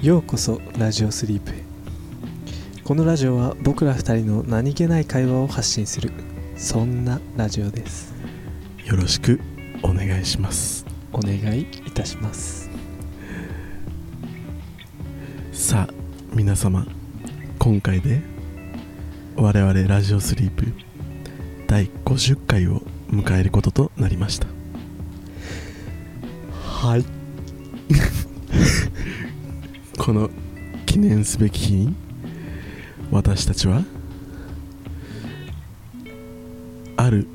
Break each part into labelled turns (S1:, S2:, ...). S1: ようこそラジオスリープへこのラジオは僕ら二人の何気ない会話を発信するそんなラジオです
S2: よろしくお願いします
S1: お願いいたします
S2: さあ皆様今回で我々ラジオスリープ第50回を迎えることとなりました
S1: はい
S2: この記念すべき日に私たちはある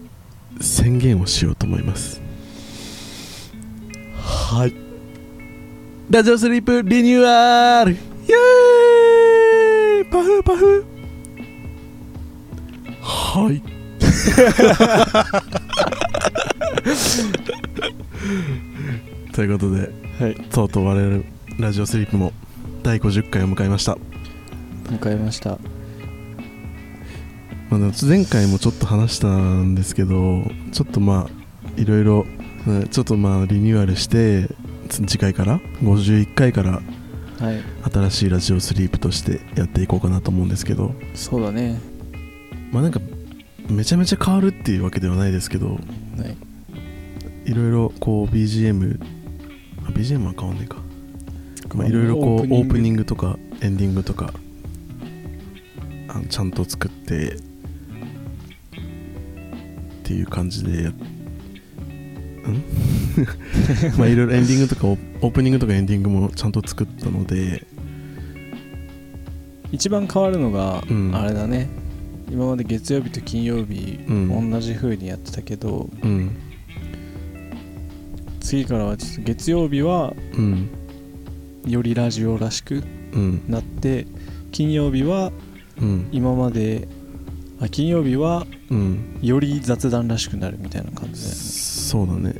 S2: 宣言をしようと思います
S1: はい
S2: ラジオスリープリニューアルイエーイパフパフはい ということで
S1: はい
S2: とうとう我々ラジオスリープも第50回を迎えました、
S1: 迎えました
S2: まあ、でも前回もちょっと話したんですけどちょっとまあいろいろうんちょっとまあリニューアルしてつ次回から51回から
S1: はい
S2: 新しいラジオスリープとしてやっていこうかなと思うんですけど
S1: そうだね
S2: まあなんかめちゃめちゃ変わるっていうわけではないですけど
S1: はい
S2: いろいろこう BGM あ BGM は変わんないかまあ、いろいろこうオープニングとかエンディングとかあのちゃんと作ってっていう感じでやん まあいろいろエンディングとかオープニングとかエンディングもちゃんと作ったので
S1: 一番変わるのが、
S2: うん
S1: あれだね今まで月曜日と金曜日、
S2: うん
S1: 同じ風にやってたけど
S2: うん
S1: 次からはちょっと月曜日は
S2: うん
S1: よりラジオらしく
S2: うん
S1: なって金曜日は
S2: うん
S1: 今まであ金曜日は
S2: うん
S1: より雑談らしくなるみたいな感じで
S2: そうだね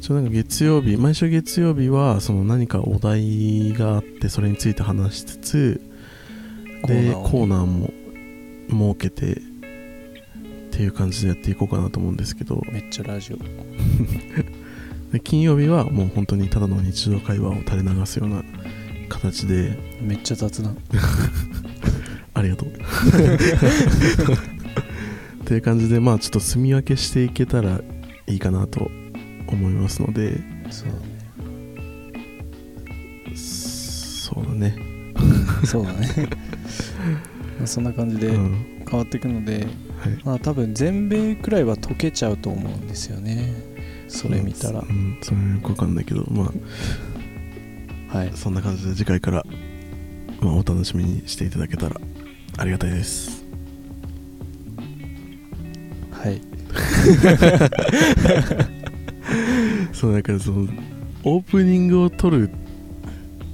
S2: ちょなんか月曜日毎週月曜日はその何かお題があってそれについて話しつつで
S1: を
S2: コーナーも設けてっていう感じでやっていこうかなと思うんですけど
S1: めっちゃラジオ
S2: で金曜日はもう本当にただの日常会話を垂れ流すような形で
S1: めっちゃ雑談
S2: ありがと うっていう感じでまあちょっと住み分けしていけたらいいかなと思いますので
S1: そうだ
S2: そうだね、
S1: ねそうだね まあそんな感じで
S2: うん、
S1: 変わっていくので、
S2: はい
S1: まあ多分全米くらいは溶けちゃうと思うんですよねそれ見たら
S2: うん、それはよくわかんないけどまあ
S1: はい
S2: そんな感じで次回から、まあ、お楽しみにしていただけたらありがたいです
S1: はい
S2: そうだからそのオープニングを撮る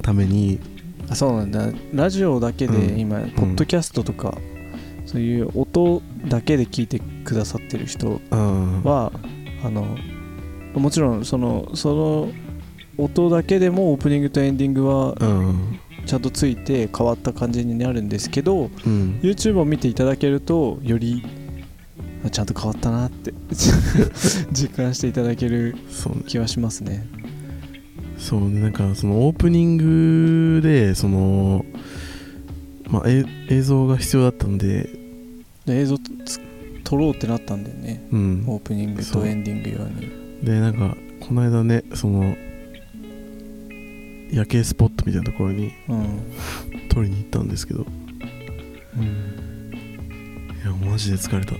S2: ために
S1: あそうなんだラジオだけ
S2: う
S1: で
S2: ん
S1: 今、ポッドキャストとかそういう音だけで聞いてくださってる人
S2: ああ
S1: はあのもちろんそのその音だけでもオープニングとエンディングは
S2: うん
S1: ちゃんとついて変わった感じになるんですけど
S2: うん
S1: YouTube を見ていただけるとよりあちゃんと変わったなって 実感していただける
S2: そうね
S1: 気はしますね
S2: そうねなんかそのオープニングでそのまあえ映像が必要だったんで
S1: で映像つ撮ろうってなったんだよね
S2: うん
S1: オープニング
S2: そ
S1: と
S2: う
S1: エンディング用に
S2: でなんかこの間ねその夜景スポットみたいなところに
S1: うん、
S2: 撮りに行ったんですけどいやマジで疲れた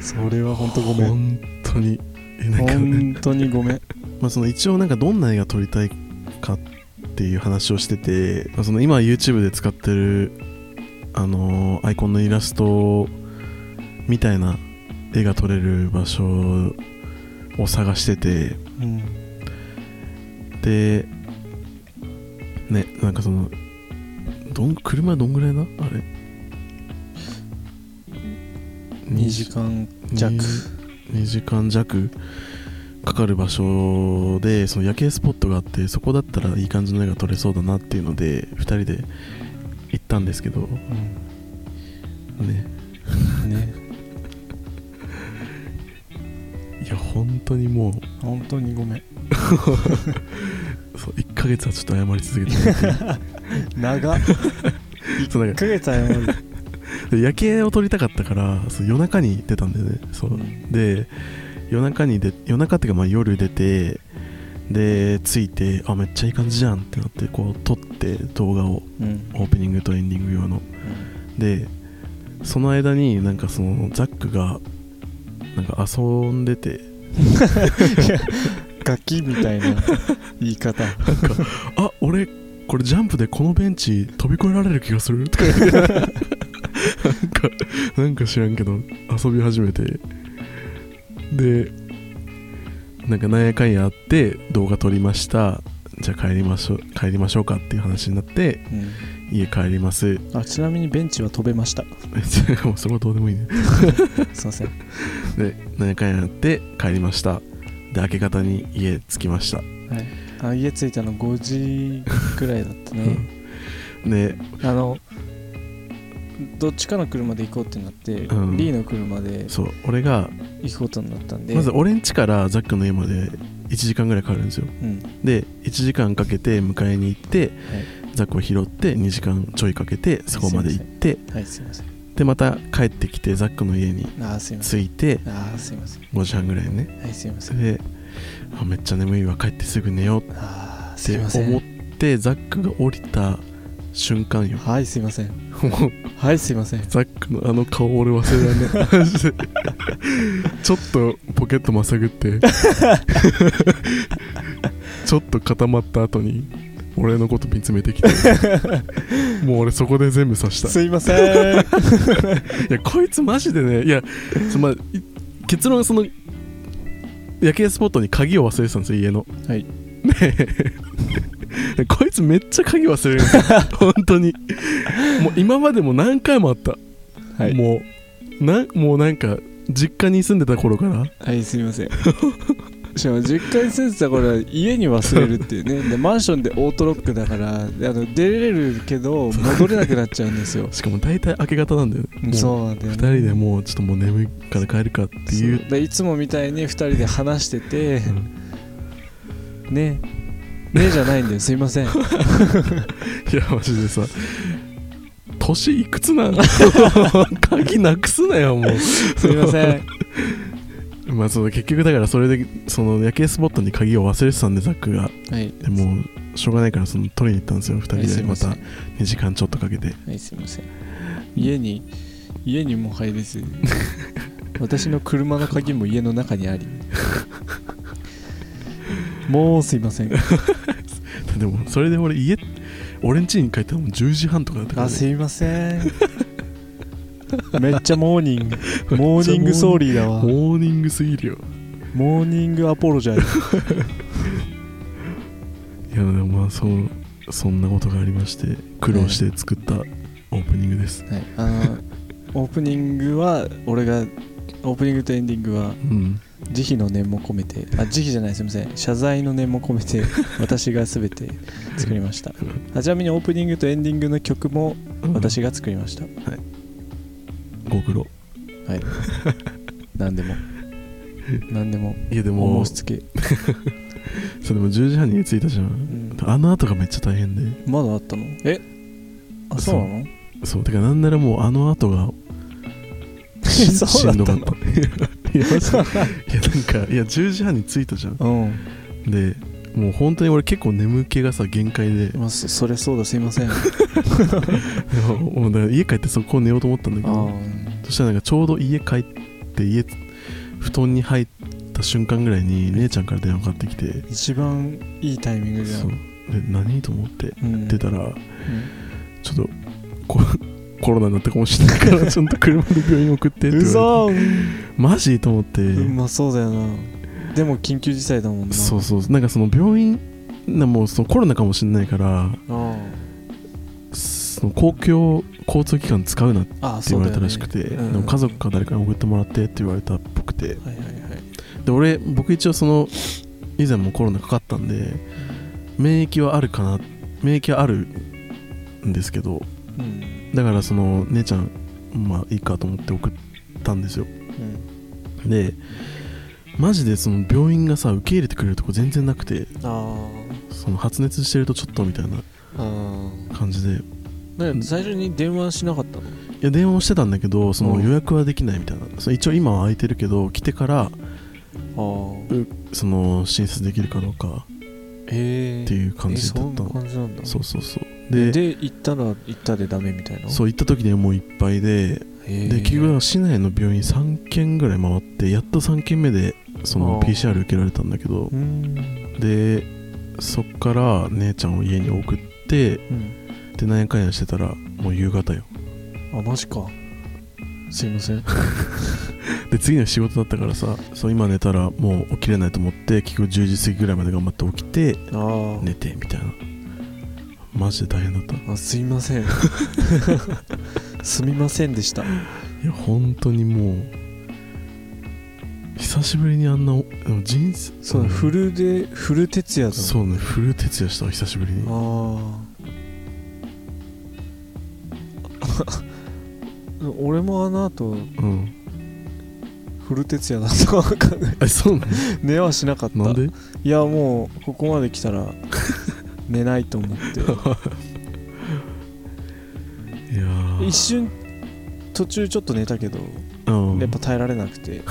S1: それは本当ごめん
S2: 本当にえなんかね
S1: 本当にごめん
S2: まあその一応なんかどんな映画撮りたいかっていう話をしてて、まあ、その今 YouTube で使ってるあのーアイコンのイラストみたいな絵が撮れる場所を探してて
S1: うん
S2: でねなんかそのどん車どんぐらいなあれ
S1: 2時間弱
S2: 2時間弱かかる場所でその夜景スポットがあってそこだったらいい感じの絵が撮れそうだなっていうので2人で行ったんですけどね
S1: ね
S2: いや本当にも
S1: 本当にごめん
S2: うそう1ヶ月はちょっと謝り続けて
S1: 長 っ
S2: そうな
S1: 1
S2: んか
S1: ヶ月謝る
S2: 夜景を撮りたかったからそう夜中に出たんだよねそう、
S1: うん
S2: で夜中にで夜中っていうかまあ夜出てで着いてあめっちゃいい感じじゃんってなってこう撮って動画を
S1: うん
S2: オープニングとエンディング用のでその間になんかそのザックがなんか遊んでて
S1: ガキみたいな言い方
S2: あ俺これジャンプでこのベンチ飛び越えられる気がするとか言ってなんかなんか知らんけど遊び始めてでなんかなんやかんやあって動画撮りましたじゃあ帰りましょう帰りましょうかっていう話になって
S1: うん
S2: 家帰ります
S1: あちなみにベンチは飛べました
S2: もうそれはどうでもいいね
S1: すいません
S2: でなんやかんやあって帰りましたで明け方に家着きました、
S1: あ家着いたの5時くらいだった
S2: う
S1: ね
S2: んで
S1: あのどっちかの車で行こうってなって、
S2: うん
S1: B の車で
S2: そう俺が
S1: 行くことになったんで
S2: まず俺ん家からザックの家まで1時間ぐらいかかるんですよ
S1: うん
S2: で1時間かけて迎えに行って、ザックを拾って2時間ちょいかけてそこまで行って
S1: はいすいません
S2: でまた帰ってきてザックの家に
S1: あーすいません
S2: 着いて
S1: あーすいません
S2: 5時半ぐらいね
S1: はいすいませ
S2: そ
S1: ん
S2: れであめっちゃ眠いわ帰ってすぐ寝ようっ
S1: あーすい
S2: て
S1: ませ
S2: 思
S1: ん
S2: ってザックが降りた瞬間 よ
S1: はいすいません
S2: もう
S1: はいすいません
S2: ザックのあの顔俺忘れられないマジでちょっとポケットまさぐってちょっと固まった後に俺のこと見つめてきてもう俺そこで全部刺した
S1: すいません
S2: いやこいつマジでねいやそのまあい結論はその夜景スポットに鍵を忘れてたんですよ家の
S1: はい
S2: ねえ こいつめっちゃ鍵忘れるんですよ 本当にもう今までも何回もあった、
S1: はい
S2: もうなもうなんか実家に住んでた頃から
S1: はいすいませんしかも10回センスだから家に忘れるっていう ねでマンションでオートロックだからであの出れるけど戻れなくなっちゃうんですよ
S2: しかも大体明け方なんだよ ね
S1: そうなんだよ、
S2: 2
S1: ね、
S2: 人でもうちょっともう眠いから帰るかっていう
S1: そうでいつもみたいに2人で話してて
S2: うん
S1: ねねじゃないんだよすいません
S2: いやマジでさ年いく つなの鍵なくすなよも う
S1: すいません
S2: まあその結局だからそれでその夜景スポットに鍵を忘れてたんでザックが
S1: はい
S2: でもうしょうがないからその取りに行ったんですよ2
S1: はい
S2: 人
S1: す
S2: で
S1: い
S2: ま
S1: ません
S2: た2時間ちょっとかけて
S1: はいすいません家に家にも入れ ず私の車の鍵も家の中にありもうすいません
S2: でもそれで俺家俺ん家に帰ったのもう10時半とかだったから、
S1: あ
S2: ね、
S1: すいませ んめっちゃモーニングモーニングソー
S2: リ
S1: リーだわ
S2: モーニングすぎるよ
S1: モーニングアポロジャイズ
S2: いやでもまあそうそんなことがありまして苦労して作ったオープニングです、
S1: はいあのオープニングは俺がオープニングとエンディングは
S2: うん
S1: 慈悲の念も込めてあ慈悲じゃないすいません謝罪の念も込め て私が全て作りましたあちなみにオープニングとエンディングの曲も私が作りました、
S2: ご苦労
S1: はい何でも何でも
S2: いやでも
S1: 申し
S2: そ
S1: つけ、
S2: れでも10時半に家着いたじゃ
S1: うんん
S2: あの後がめっちゃ大変で
S1: まだあったのえあそうなの
S2: そうてかなんならもうあの後がし
S1: そうだったの
S2: しんどかったい やいやマジでいやなんかいや10時半に着いたじゃん
S1: うん
S2: でもう本当に俺結構眠気がさ限界 で
S1: まあ、そそれそうだすいませんあ
S2: でももうだから家帰ってそこ寝ようと思ったんだけど
S1: あ
S2: そしたらなんかちょうど家帰って家布団に入った瞬間ぐらいに姉ちゃんから電話かかってきて
S1: 一番いいタイミングじゃ
S2: そ
S1: ん
S2: うで何と思って
S1: うん
S2: 出たらちょっとこ コロナになったかもしれないからちゃんと車で病院送ってって
S1: う
S2: 言わ
S1: そ
S2: れてマジと思って、
S1: うんまあそうだよなでも緊急事態だもんな
S2: そううそうなんかその病院なもうそのコロナかもしれないから
S1: あ
S2: その公共交通機関使うなって
S1: あああ
S2: 言
S1: そう
S2: わ
S1: だ
S2: れ
S1: よ、ね、
S2: たらしくて、
S1: うん
S2: でも家族か誰かに送ってもらってって言われたっぽくて
S1: はいはいはい
S2: で俺僕一応その以前もコロナかかったんで免疫はあるかな免疫はあるんですけど
S1: うん
S2: だからその姉ちゃんまあいいかと思って送ったんですよ
S1: うん
S2: でマジでその病院がさ受け入れてくれるとこ全然なくて
S1: ああ
S2: その発熱してるとちょっとみたいな
S1: あ
S2: 感じでい
S1: あ最初に電話しなかったの
S2: や電話もしてたんだけどその
S1: うん
S2: 予約はできないみたいなその一応今は空いてるけど来てから
S1: ああ
S2: その申請できるかどうか
S1: へえ
S2: っていう感じだっ
S1: えそ
S2: た
S1: んな
S2: の
S1: 感じなんだ
S2: そうそうそう
S1: で
S2: で
S1: 行ったら行ったでダメみたいな
S2: そう行った時にはもういっぱいで
S1: へえ
S2: で結局市内の病院3軒ぐらい回ってやっと3軒目でその
S1: あー
S2: PCR 受けられたんだけど
S1: うん
S2: でそっから姉ちゃんを家に送って
S1: うん
S2: で何やかんやしてたらもう夕方よ
S1: あマジかすいません
S2: で次の日仕事だったからさそう今寝たらもう起きれないと思って結局10時過ぎぐらいまで頑張って起きて
S1: ああ、
S2: 寝てみたいなマジで大変だったい
S1: あすいま せんすみませんでした
S2: や本当にもう久しぶりにあんなおでも人生
S1: そうだフルでフル徹夜だう
S2: そうねフル徹夜したわ久しぶりに
S1: ああ 俺もあの後
S2: うん
S1: フル徹夜だったわかんない
S2: えそうな
S1: 寝はしなかった
S2: のなんで
S1: いやもうここまで来た ら寝ないと思って
S2: いやー
S1: 一瞬途中ちょっと寝たけど
S2: うん
S1: やっぱ耐えられなく て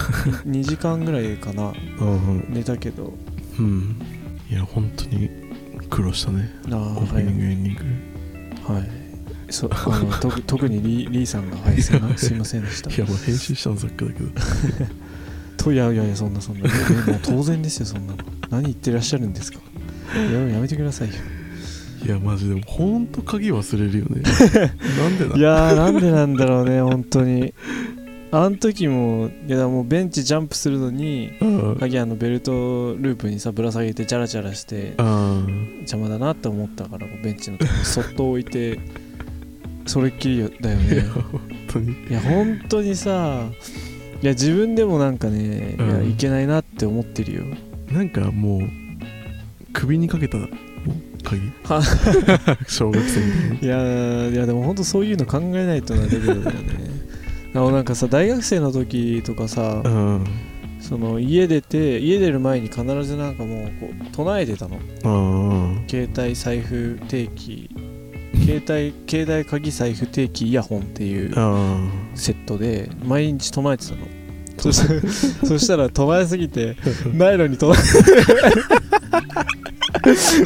S1: 2時間ぐらいかな
S2: うん
S1: 寝たけど
S2: うんいや本当に苦労したね
S1: ああ
S2: オープ
S1: は
S2: ニング
S1: い、
S2: エンディング
S1: はい、そあの特特にリーリーさんが、はい、すいますいませんでした
S2: いやもう編集したのさっきだけど
S1: といやいやいやそんなそんな、ね、もう当然ですよそんなの何言ってらっしゃるんですかややめてくださいよ
S2: いやマジでもほんと鍵忘れるよ ねなんでない
S1: やーなんでなんだろう ね本当にあの時もいやもうベンチジャンプするのに
S2: うん
S1: 鍵あのベルトループにさぶら下げてチャラチャラして
S2: あ
S1: 邪魔だなって思ったからこうベンチのとこにそっと置いてそれっきりだよ
S2: ーいや
S1: ね
S2: 本当に
S1: いや本当にさいや自分でもなんかね、いや
S2: うん
S1: いけないなって思ってるよ
S2: なんかもう首にかけたも鍵
S1: は
S2: 小学生みたいない
S1: やーいやでも本当そういうの考えないとなレベルだよ ねあのなんかさ大学生の時とかさ
S2: うん
S1: その家出て家出る前に必ずなんかもうこう唱えてたの
S2: うん
S1: 携帯財布定期携帯携帯鍵財布定期イヤホンっていう
S2: うん
S1: セットで毎日唱えてたのそしたら そしたら唱えすぎてナイロンに唱え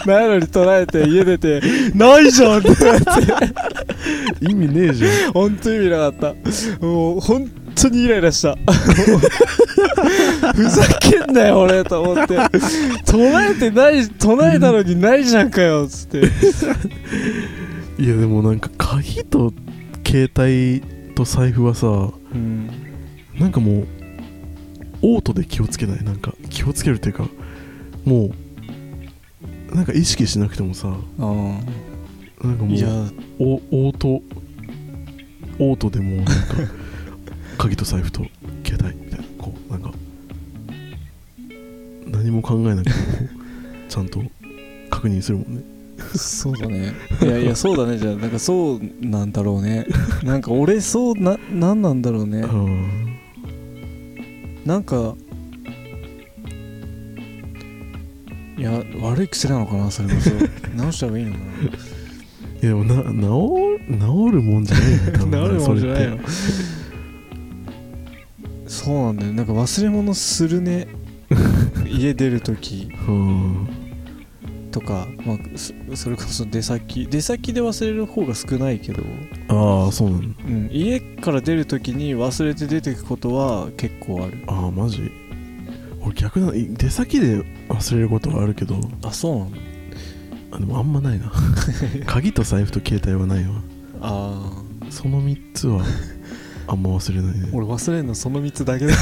S1: ナイロンに唱えて家出てないじゃんってなって
S2: 意味ねえじゃ
S1: 本当に意味なかったもう本当にイライラしたふざけんなよ俺と思って唱えてない唱えたのにないじゃんかよっつって
S2: んいやでもなんか鍵と携帯と財布はさ
S1: うん
S2: なんかもうオートで気をつけないなんか気をつけるっていうかもうなんか意識しなくてもさ
S1: あ
S2: なんかもう
S1: いや
S2: おオートオートでもうなんか鍵と財布と携帯みたいなこうなんか何も考えなくてもちゃんと確認するもんね
S1: そうだねいやいやそうだねじゃあなんかそうなんだろうねなんか俺そうななんなんだろうね
S2: あ
S1: なんかいや悪い癖なのかなそれこそ直した方がいいのかな
S2: ーいやでもな治る治るもんじゃないよね多分
S1: 治るもんじゃない
S2: それっ
S1: の
S2: て
S1: そうなんだよなんか忘れ物する ね家出る時
S2: うん
S1: とか、まあ、そそれこそ出先出先で忘れる方が少ないけど、
S2: ああそうなの
S1: うん、家から出る時に忘れて出てくことは結構ある
S2: ああマジ俺逆なのい出先で忘れることはあるけど
S1: あそうなの
S2: あでもあんまな いな鍵と財布と携帯はないわ
S1: あ
S2: その3つはあんま忘れないね
S1: ー俺忘れるのその3つだ けだ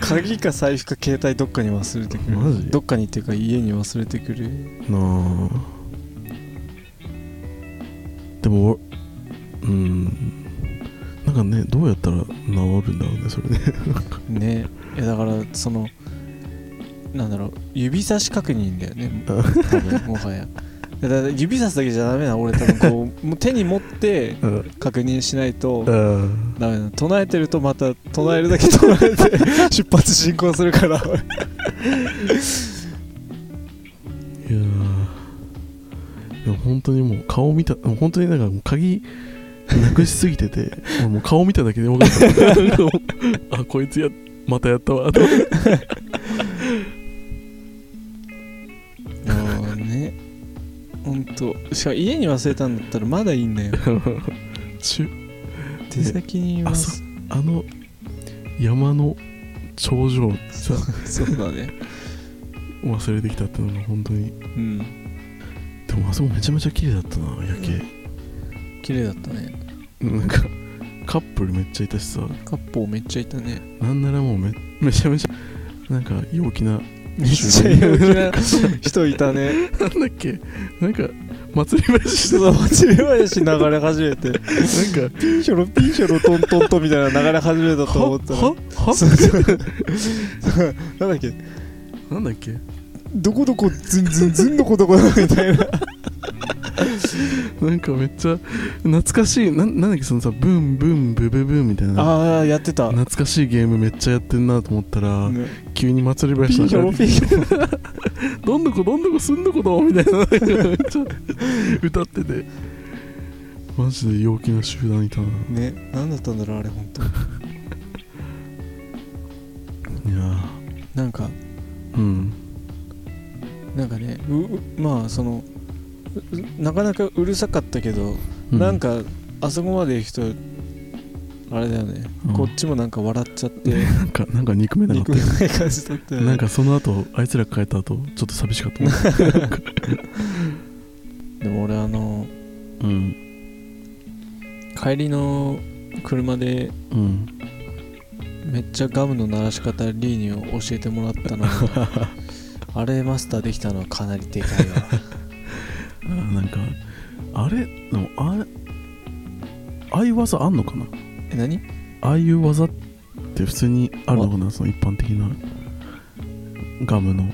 S1: 鍵か財布か携帯どっかに忘れてくる
S2: マジ
S1: どっかにっていうか家に忘れてくる
S2: なあでもおうんなんかねどうやったら治るんだろうねそれね
S1: ねいやだからそのなんだろう指差し確認だよね
S2: あ
S1: 多分もはやだから指さすだけじゃダメな俺多分こ うもう手に持って確認しないと
S2: うん
S1: ダメなの唱えてるとまた唱えるだけ唱 えて出発進行するから俺
S2: いいやーでも本当にもう顔見たもう本当になんかもう鍵なくしすぎてて俺もう顔見ただけで分かったあこいつやまたやったわと思って
S1: ああねほんとしかも家に忘れたんだったらまだいいんだよ
S2: ちゅ
S1: 出先に忘
S2: あそあの山の頂上さ
S1: そうだね
S2: 忘れてきたってのが本当に
S1: うん
S2: でもあそこめちゃめちゃ綺麗だったな夜景、
S1: 綺麗だったね
S2: なんかカップルめっちゃいたしさ
S1: カッポーめっちゃいたね
S2: なんならもうめめちゃめちゃなんか陽気な
S1: めっちゃ陽気 な人いたね
S2: なんだっけなんか祭り話して
S1: ちょっと祭り林流れ始めて
S2: たなんか
S1: ピーショロピーショロトントントンみたいな流れ始めたと思ったら
S2: はは
S1: そうそうなんだっけ
S2: なんだっけ
S1: どこどこズンズンズンどこどこみたいな
S2: なんかめっちゃ懐かしいなんなんだっけそのさブンブンブブブンみたいな
S1: ああやってた、
S2: 懐かしいゲームめっちゃやってんなと思ったら、
S1: ね
S2: 急に祭り
S1: ピ
S2: 話
S1: ーショロ
S2: の
S1: ピーショロ
S2: どんどこどんどこすんどこどみたいななんかめっちゃ歌っててマジで陽気な集団いたな
S1: ね何だったんだろうあれ本当
S2: いや
S1: なんか
S2: ーうん
S1: なんかねううまあそのううなかなかうるさかったけど、
S2: う
S1: なんかあそこまで行くとあれだよね、
S2: うん
S1: こっちもなんか笑っちゃって
S2: なんかなんか憎めなかっ
S1: 憎
S2: た
S1: めない感じだったよね
S2: なんかその後あいつら帰った後ちょっと寂しかったな
S1: でも俺あの
S2: うん
S1: 帰りの車で
S2: うん
S1: めっちゃガムの鳴らし方リーに教えてもらった のあれマスターできたのはかなりでかいわ
S2: あーなんかあれでもあれああいう技あんのかな
S1: え 何
S2: ああいう技って普通にあるのかなその一般的なガムの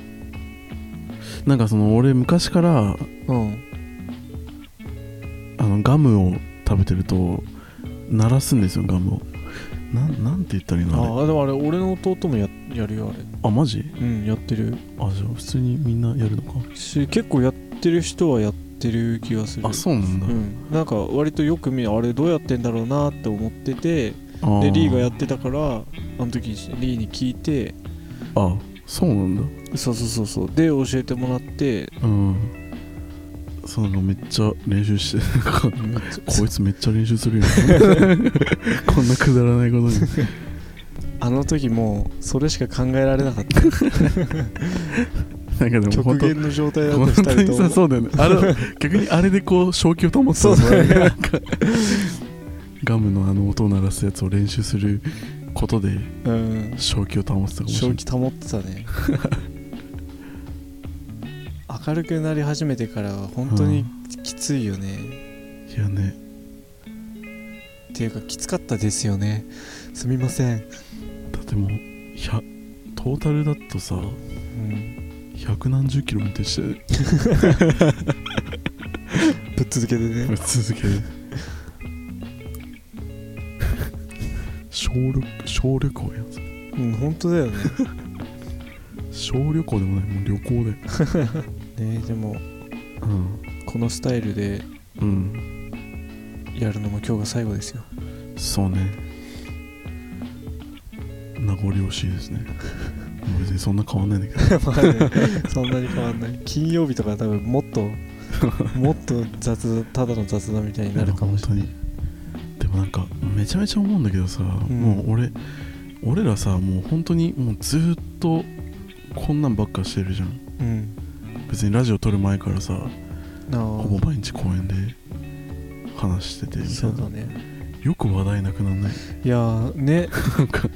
S2: なんかその俺昔から
S1: うん
S2: あのガムを食べてると鳴らすんですよガムをなんなんて言ったらいい
S1: あ
S2: のあれ
S1: あでもあれ俺の弟もややるよあれ
S2: あマジ
S1: うんやってる
S2: あじゃあ普通にみんなやるのか
S1: し結構やってる人はやってる気がする
S2: あそうなんだ、
S1: うん、なんか割とよく見あれどうやってんだろうなって思ってて
S2: あー
S1: でリーがやってたからあの時リーに聞いて
S2: あそうなんだ
S1: そうそうそうそうで教えてもらって
S2: うんそうなんかめっちゃ練習してなん か
S1: めっちゃ
S2: こいつめっちゃ練習するよ こんなくだらないことに
S1: あの時もうそれしか考えられなか った
S2: なんかでも
S1: 極
S2: 本当
S1: 限の状態だった
S2: 本当
S1: 2
S2: に
S1: 人とも
S2: さそうだよねあれ逆にあれでこう正気を保つ
S1: そうだね
S2: なんかガムのあの音を鳴らすやつを練習することで
S1: うん
S2: 正気を保つたかもしれ
S1: 正
S2: ない
S1: 気保ってた ね明るくなり始めてからは本当にきついよね、
S2: いやね
S1: っていうかきつかったですよねすみません、
S2: だってもう100トータルだとさ
S1: うん、
S2: 百何十キロ運転して
S1: ぶっ続けてね
S2: 続ける小旅小旅行やん
S1: うん本当だよ ね
S2: 小旅行でもないもう旅行で
S1: ねでも
S2: うん
S1: このスタイルで
S2: うん
S1: やるのも今日が最後です よ
S2: そうね名残惜しいですね別にそんな変わんないんだけど
S1: そんなに変わんない金曜日とか多分もっ ともっと雑ただの雑談みたいになるかもしれない
S2: や本当にでもなんかめちゃめちゃ思うんだけどさ、
S1: ん
S2: もう俺俺らさもう本当にもうずーっとこんなんばっかしてるじゃん
S1: うん
S2: 別にラジオ撮る前からさ
S1: な
S2: ほ
S1: あ
S2: ぼ毎日公園で話しててみた
S1: そ
S2: いう
S1: だ
S2: な
S1: ね
S2: よく話題なくなんない
S1: いやーね
S2: なんか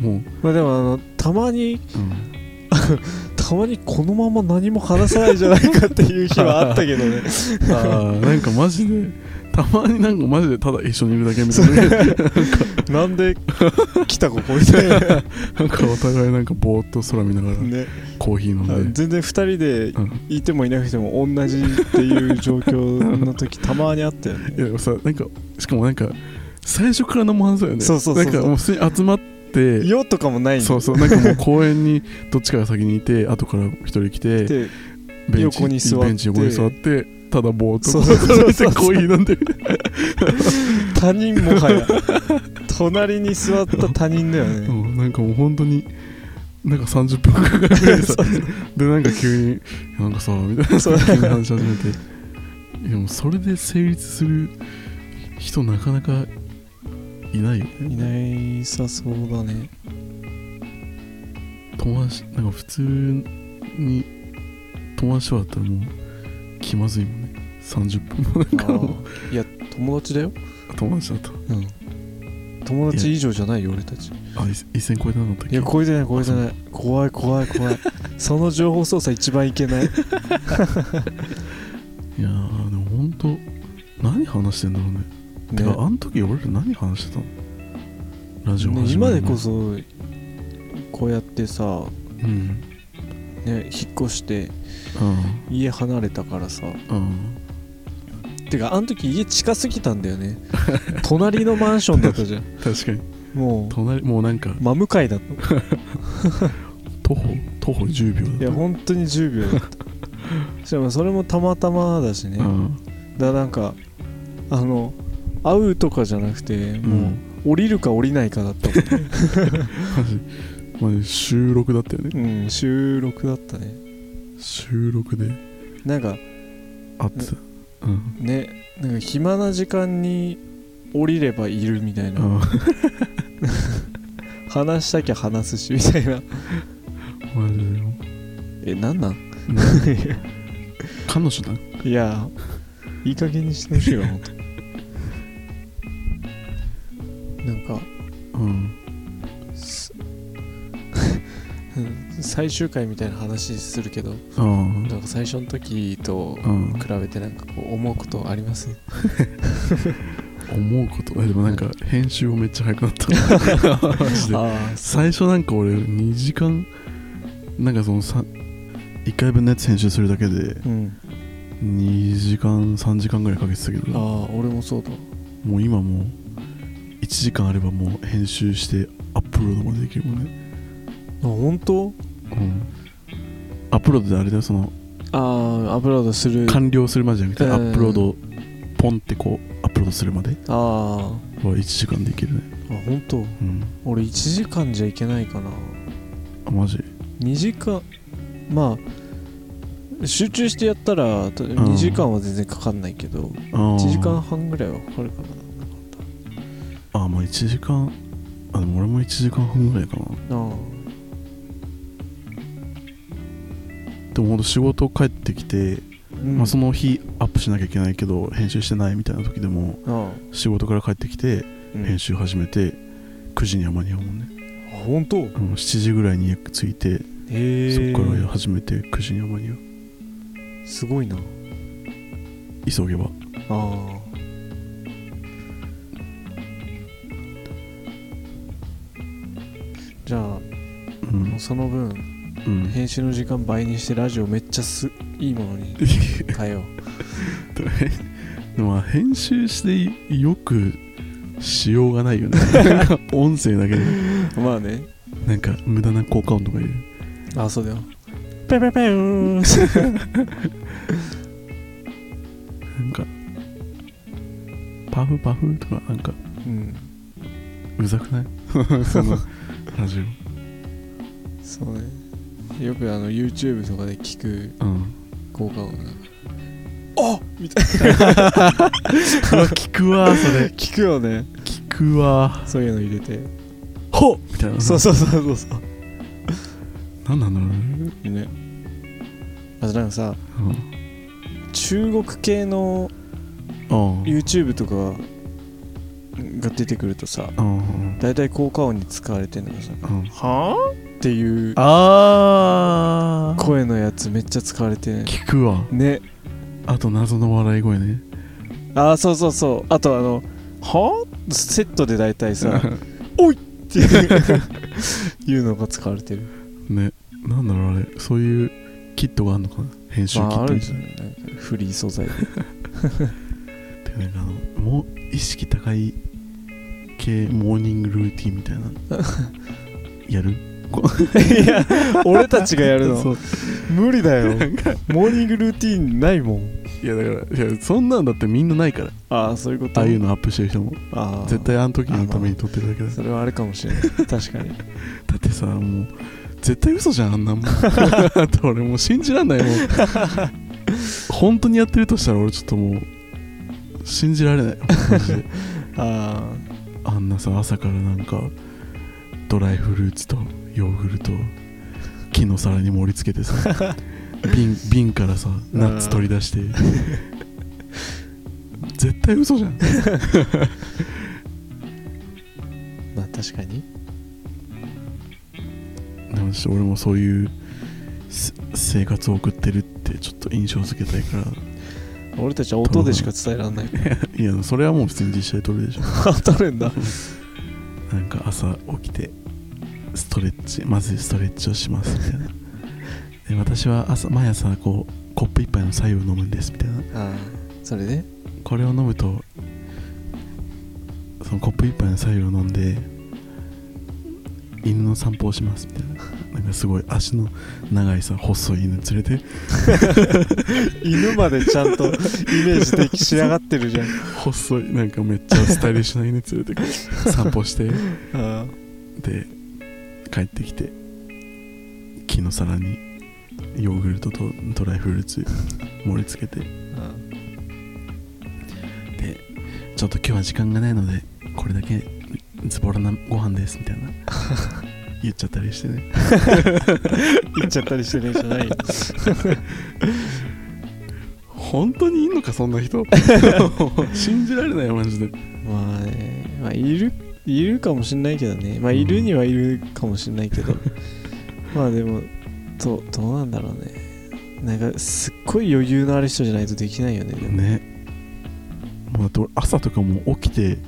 S2: もう、
S1: まあでもあのたまに
S2: うん、
S1: たまにこのまま何も話さないんじゃないかっていう日はあったけどね
S2: あーなんかマジでたまになんかマジでただ一緒にいるだけみたい な
S1: なんで来たここみたいな
S2: なんかお互いなんかぼーっと空見ながら
S1: ね
S2: コーヒー飲
S1: あの
S2: んで、
S1: 全然2人で
S2: うん、
S1: いてもいなくても同じっていう状況の時たまにあったよね
S2: いやでもさなんかしかもなんか最初からのも話だよね
S1: そうそうそうそう
S2: なんかもう普通に集まって
S1: 用とかもないんで
S2: そうそうなんかもう公園にどっちかが先にいて後から一人来て
S1: で
S2: ベンチ
S1: 横に座って
S2: ベンチ横に座ってただぼーっと
S1: そう そうそう
S2: コーヒー飲んでる
S1: 他人もは や隣に座った他人だよね、
S2: うんなんかもう本当になんか30分間ぐらいでさでなんか急になんかさみたいな
S1: そう
S2: 急に話し始 めていやもうそれで成立する人なかなかいないよ
S1: いないさそうだね
S2: 友達なんか普通に友達とかだったらもう気まずいもんね30分もなんかも
S1: いや友達だよ、
S2: う友達だと
S1: 友達以上じゃないよ俺たちい
S2: あい一線超えてなかったっけ
S1: や超えてない超えてない怖い怖い怖 いその情報操作一番いけない
S2: いやーでも本当何話してんだろうねて
S1: ね
S2: かあの時俺ら何話してたのラジオ
S1: ね
S2: 始ま
S1: 今
S2: る前
S1: でこそこうやってさ、
S2: うん
S1: ね、引っ越して
S2: うん
S1: 家離れたからさ
S2: うん
S1: てかあの時家近すぎたんだよ ね隣のマンションだったじゃん
S2: 確かに
S1: もう
S2: 隣もうなんか
S1: 真向かいだった
S2: 徒歩徒歩10秒だった
S1: いや本当に10秒だった しかもそれもたまたまだしね、
S2: うん
S1: だからなんかあの会うとかじゃなくて
S2: う
S1: も
S2: ん
S1: う降りるか降りないかだ ったも
S2: マジマジ収録だったよね
S1: ん、うん、収録だったね
S2: 収録で
S1: なんか
S2: 会ってたうん
S1: ねなんか暇な時間に降りればいるみたいな、
S2: あ
S1: 話したきゃ話すしみたいな
S2: ーマジでも
S1: えなんなん
S2: う彼女だ
S1: いやいい加減にしてほしいわほんとなんか
S2: うん
S1: す うん最終回みたいな話するけど
S2: あ
S1: なんか最初の時と
S2: あうん
S1: 比べてなんかこう思うことあります
S2: 思うことえでもなんか編集もめっちゃ早くなったマジ で
S1: あ
S2: 最初なんか俺2時間なんかその1回分のやつ編集するだけで
S1: あうん
S2: 2時間3時間ぐらいかけてたけ
S1: あ
S2: ど
S1: あ俺もそうだ
S2: もう今もう1時間あればもう編集してアップロードまでできるもんね、
S1: あ本当
S2: うん、アップロードであれだよその
S1: ああアップロードするあ
S2: 完了するまでじゃなくて
S1: うん
S2: アップロードポンってこうアップロードするまでは
S1: ああ
S2: 1時間できるね
S1: 本当
S2: うん
S1: 俺1時間じゃいけないかな
S2: あマジ
S1: 2時間まあ集中してやったらた2時間は全然かかんないけど、
S2: 1
S1: 1時間半ぐらいはかかるかな
S2: あまあ1時間あでも俺も1時間半ぐらいかな
S1: ああ
S2: でもほんと仕事帰ってきて、
S1: うん
S2: まあ、その日アップしなきゃいけないけど編集してないみたいな時でも
S1: ああ、
S2: 仕事から帰ってきて
S1: うん、
S2: 編集始めて9時には間に合うもんね、
S1: あ本当へ
S2: うん、7時ぐらいに家着いてそ
S1: え
S2: こから始めて9時には間に合う
S1: すごいな
S2: 急げば
S1: あじゃあ
S2: う
S1: もうんその分
S2: うん
S1: 編集の時間倍にしてラジオめっちゃすいいものに変えよ
S2: でもまあ編集してよくしようがない よね音声だけで
S1: うまあね
S2: なんか無駄な効果音とか入れる
S1: あそうだよペペペーン
S2: なんかパフパフとかなんか
S1: うん
S2: うざく ないそのラジ
S1: そうねよくあの YouTube とかで聞く
S2: オうん
S1: 効果音なんか
S2: うわ聞くわそれ
S1: 聞くよね
S2: 聞くわ
S1: そういうの入れて
S2: ほっみたいな
S1: そうそうそうそうそ
S2: なんなんだろうね
S1: うねあとなんかさ
S2: うん
S1: 中国系の
S2: あ
S1: YouTube とかが出てくるとさ
S2: あうん
S1: 大体効果音に使われてんのがさ
S2: うん
S1: 「はぁっていう
S2: あー
S1: 声のやつめっちゃ使われてね
S2: 聞くわ
S1: ね
S2: あと謎の笑い声ね
S1: ああそうそうそうあとあの「はぁセットで大体 さ「おい!」っていうのが使われてる
S2: ねなんだろうあれそういうキットがあるのかな編集キ
S1: まああ
S2: ット
S1: るん
S2: みた
S1: じゃ
S2: いな
S1: ないなんかフリー素材で
S2: てかなんかあのもう意識 高い系モーニングルーティンみたいなやるこ
S1: いや俺たちがやるの
S2: そう
S1: 無理だよ
S2: なんか
S1: モーニングルーティーンないもん
S2: いやだからいやそんなんだってみんなないから
S1: ああそういうこと
S2: ああいうのアップしてる人も
S1: あー
S2: 絶対あの時のために撮ってるだけだだ
S1: それはあれかもしれない確かに
S2: ってさもう絶対嘘じゃんあんなんもんだって俺もう信じらんないもう本当にやってるとしたら俺ちょっともう信じられないマジで
S1: あ
S2: あんなさ朝からなんかドライフルーツとヨーグルトを木の皿に盛り付けてさ瓶瓶からさナッツ取り出して絶対嘘じゃん
S1: あまあ確かに
S2: でもちょっと俺もそういうせ生活を送ってるってちょっと印象付けたいから
S1: 俺たちは音でしか伝えられない
S2: いやそれはもう普通に実写で撮るでしょ
S1: 当たるんだ
S2: なんか朝起きてストレッチまずストレッチをしますみたいなで私は朝毎朝こうコップ一杯の白湯を飲むんですみたいな
S1: ああそれで
S2: これを飲むとそのコップ一杯の白湯を飲んで犬の散歩をしますみたいななんかすごい足の長いさ細い犬連れて
S1: 犬までちゃんとイメージできしやがってるじゃん
S2: 細いなんかめっちゃスタイリッシュな犬連れてこう散歩して
S1: あ
S2: で帰ってきて木の皿にヨーグルトとドライフルーツ盛り付けて
S1: あ
S2: でちょっと今日は時間がないのでこれだけズボラなご飯ですみたいな言っちゃったりしてね
S1: 言っちゃったりしてねじゃないよ
S2: 本当にいんのかそんな人信じられないよマジで
S1: まあね、まあ、いるいるかもしんないけどねまあいるにはいるかもしんないけど、まあでもどうどうなんだろうねなんかすっごい余裕のある人じゃないとできないよねでも
S2: ねもうだって俺朝とかもう起きて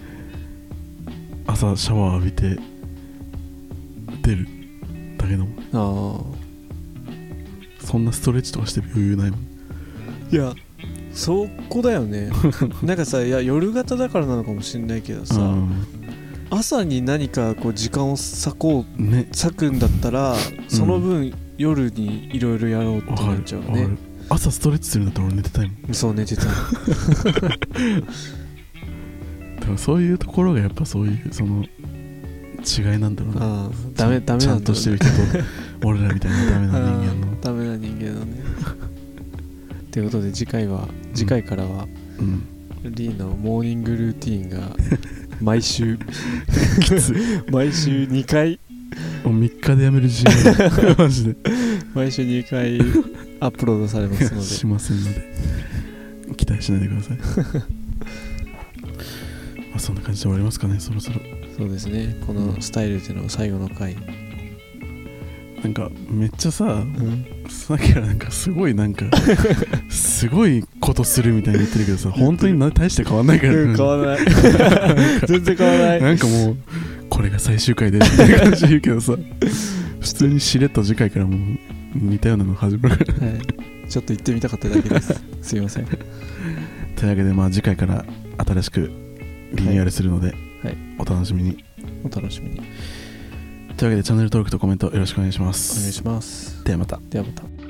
S2: 朝シャワー浴びて出るだけどもん
S1: あ
S2: そんなストレッチとかしてる余裕ないもん
S1: あいやそこだよ ねなんかさいや夜型だからなのかもしんないけどさ、朝に何かこう時間を割こう
S2: うんね
S1: 割くんだったらその分、夜にいろいろやろうって
S2: わか
S1: な
S2: る
S1: っちゃう
S2: わか
S1: ね
S2: る朝ストレッチするんだったら俺寝てたいもん
S1: そう寝てた
S2: だからそういうところがやっぱそういうその違いなんだろうな
S1: ああダメダメ
S2: ちゃ
S1: なんんだろうね
S2: とし てる人と俺らみたいなダメな人間の
S1: ダメな人間だねということで次回は次回からは、
S2: うん
S1: リーのモーニングルーティーン が毎週
S2: きつい
S1: 毎週2回
S2: もう3日でやめる自 信がマジで
S1: 毎週2回アップロードされますの
S2: し
S1: で
S2: ませんので期待しないでく ださいまあそんな感じで終わりますかねそろそろ
S1: そうですねこのスタイルでの最後の回、
S2: なんかめっちゃささっきからなんかすごいなんかすごいことするみたいに言ってるけどさ本当にな大して変わんないから、
S1: うん変わらない全然変わらない
S2: なんかもうこれが最終回でみたいな感じで言うけどさ普通にしれっと次回からもう似たようなの始まるから
S1: はい、ちょっと行ってみたかっただけですすいません
S2: というわけでまあ次回から新しくリニューアルするので、
S1: はい
S2: お楽しみに
S1: お楽しみにお願
S2: というわけでチャンネル登録とコメントよろしくお願いしま
S1: いします
S2: ではまた
S1: ではまた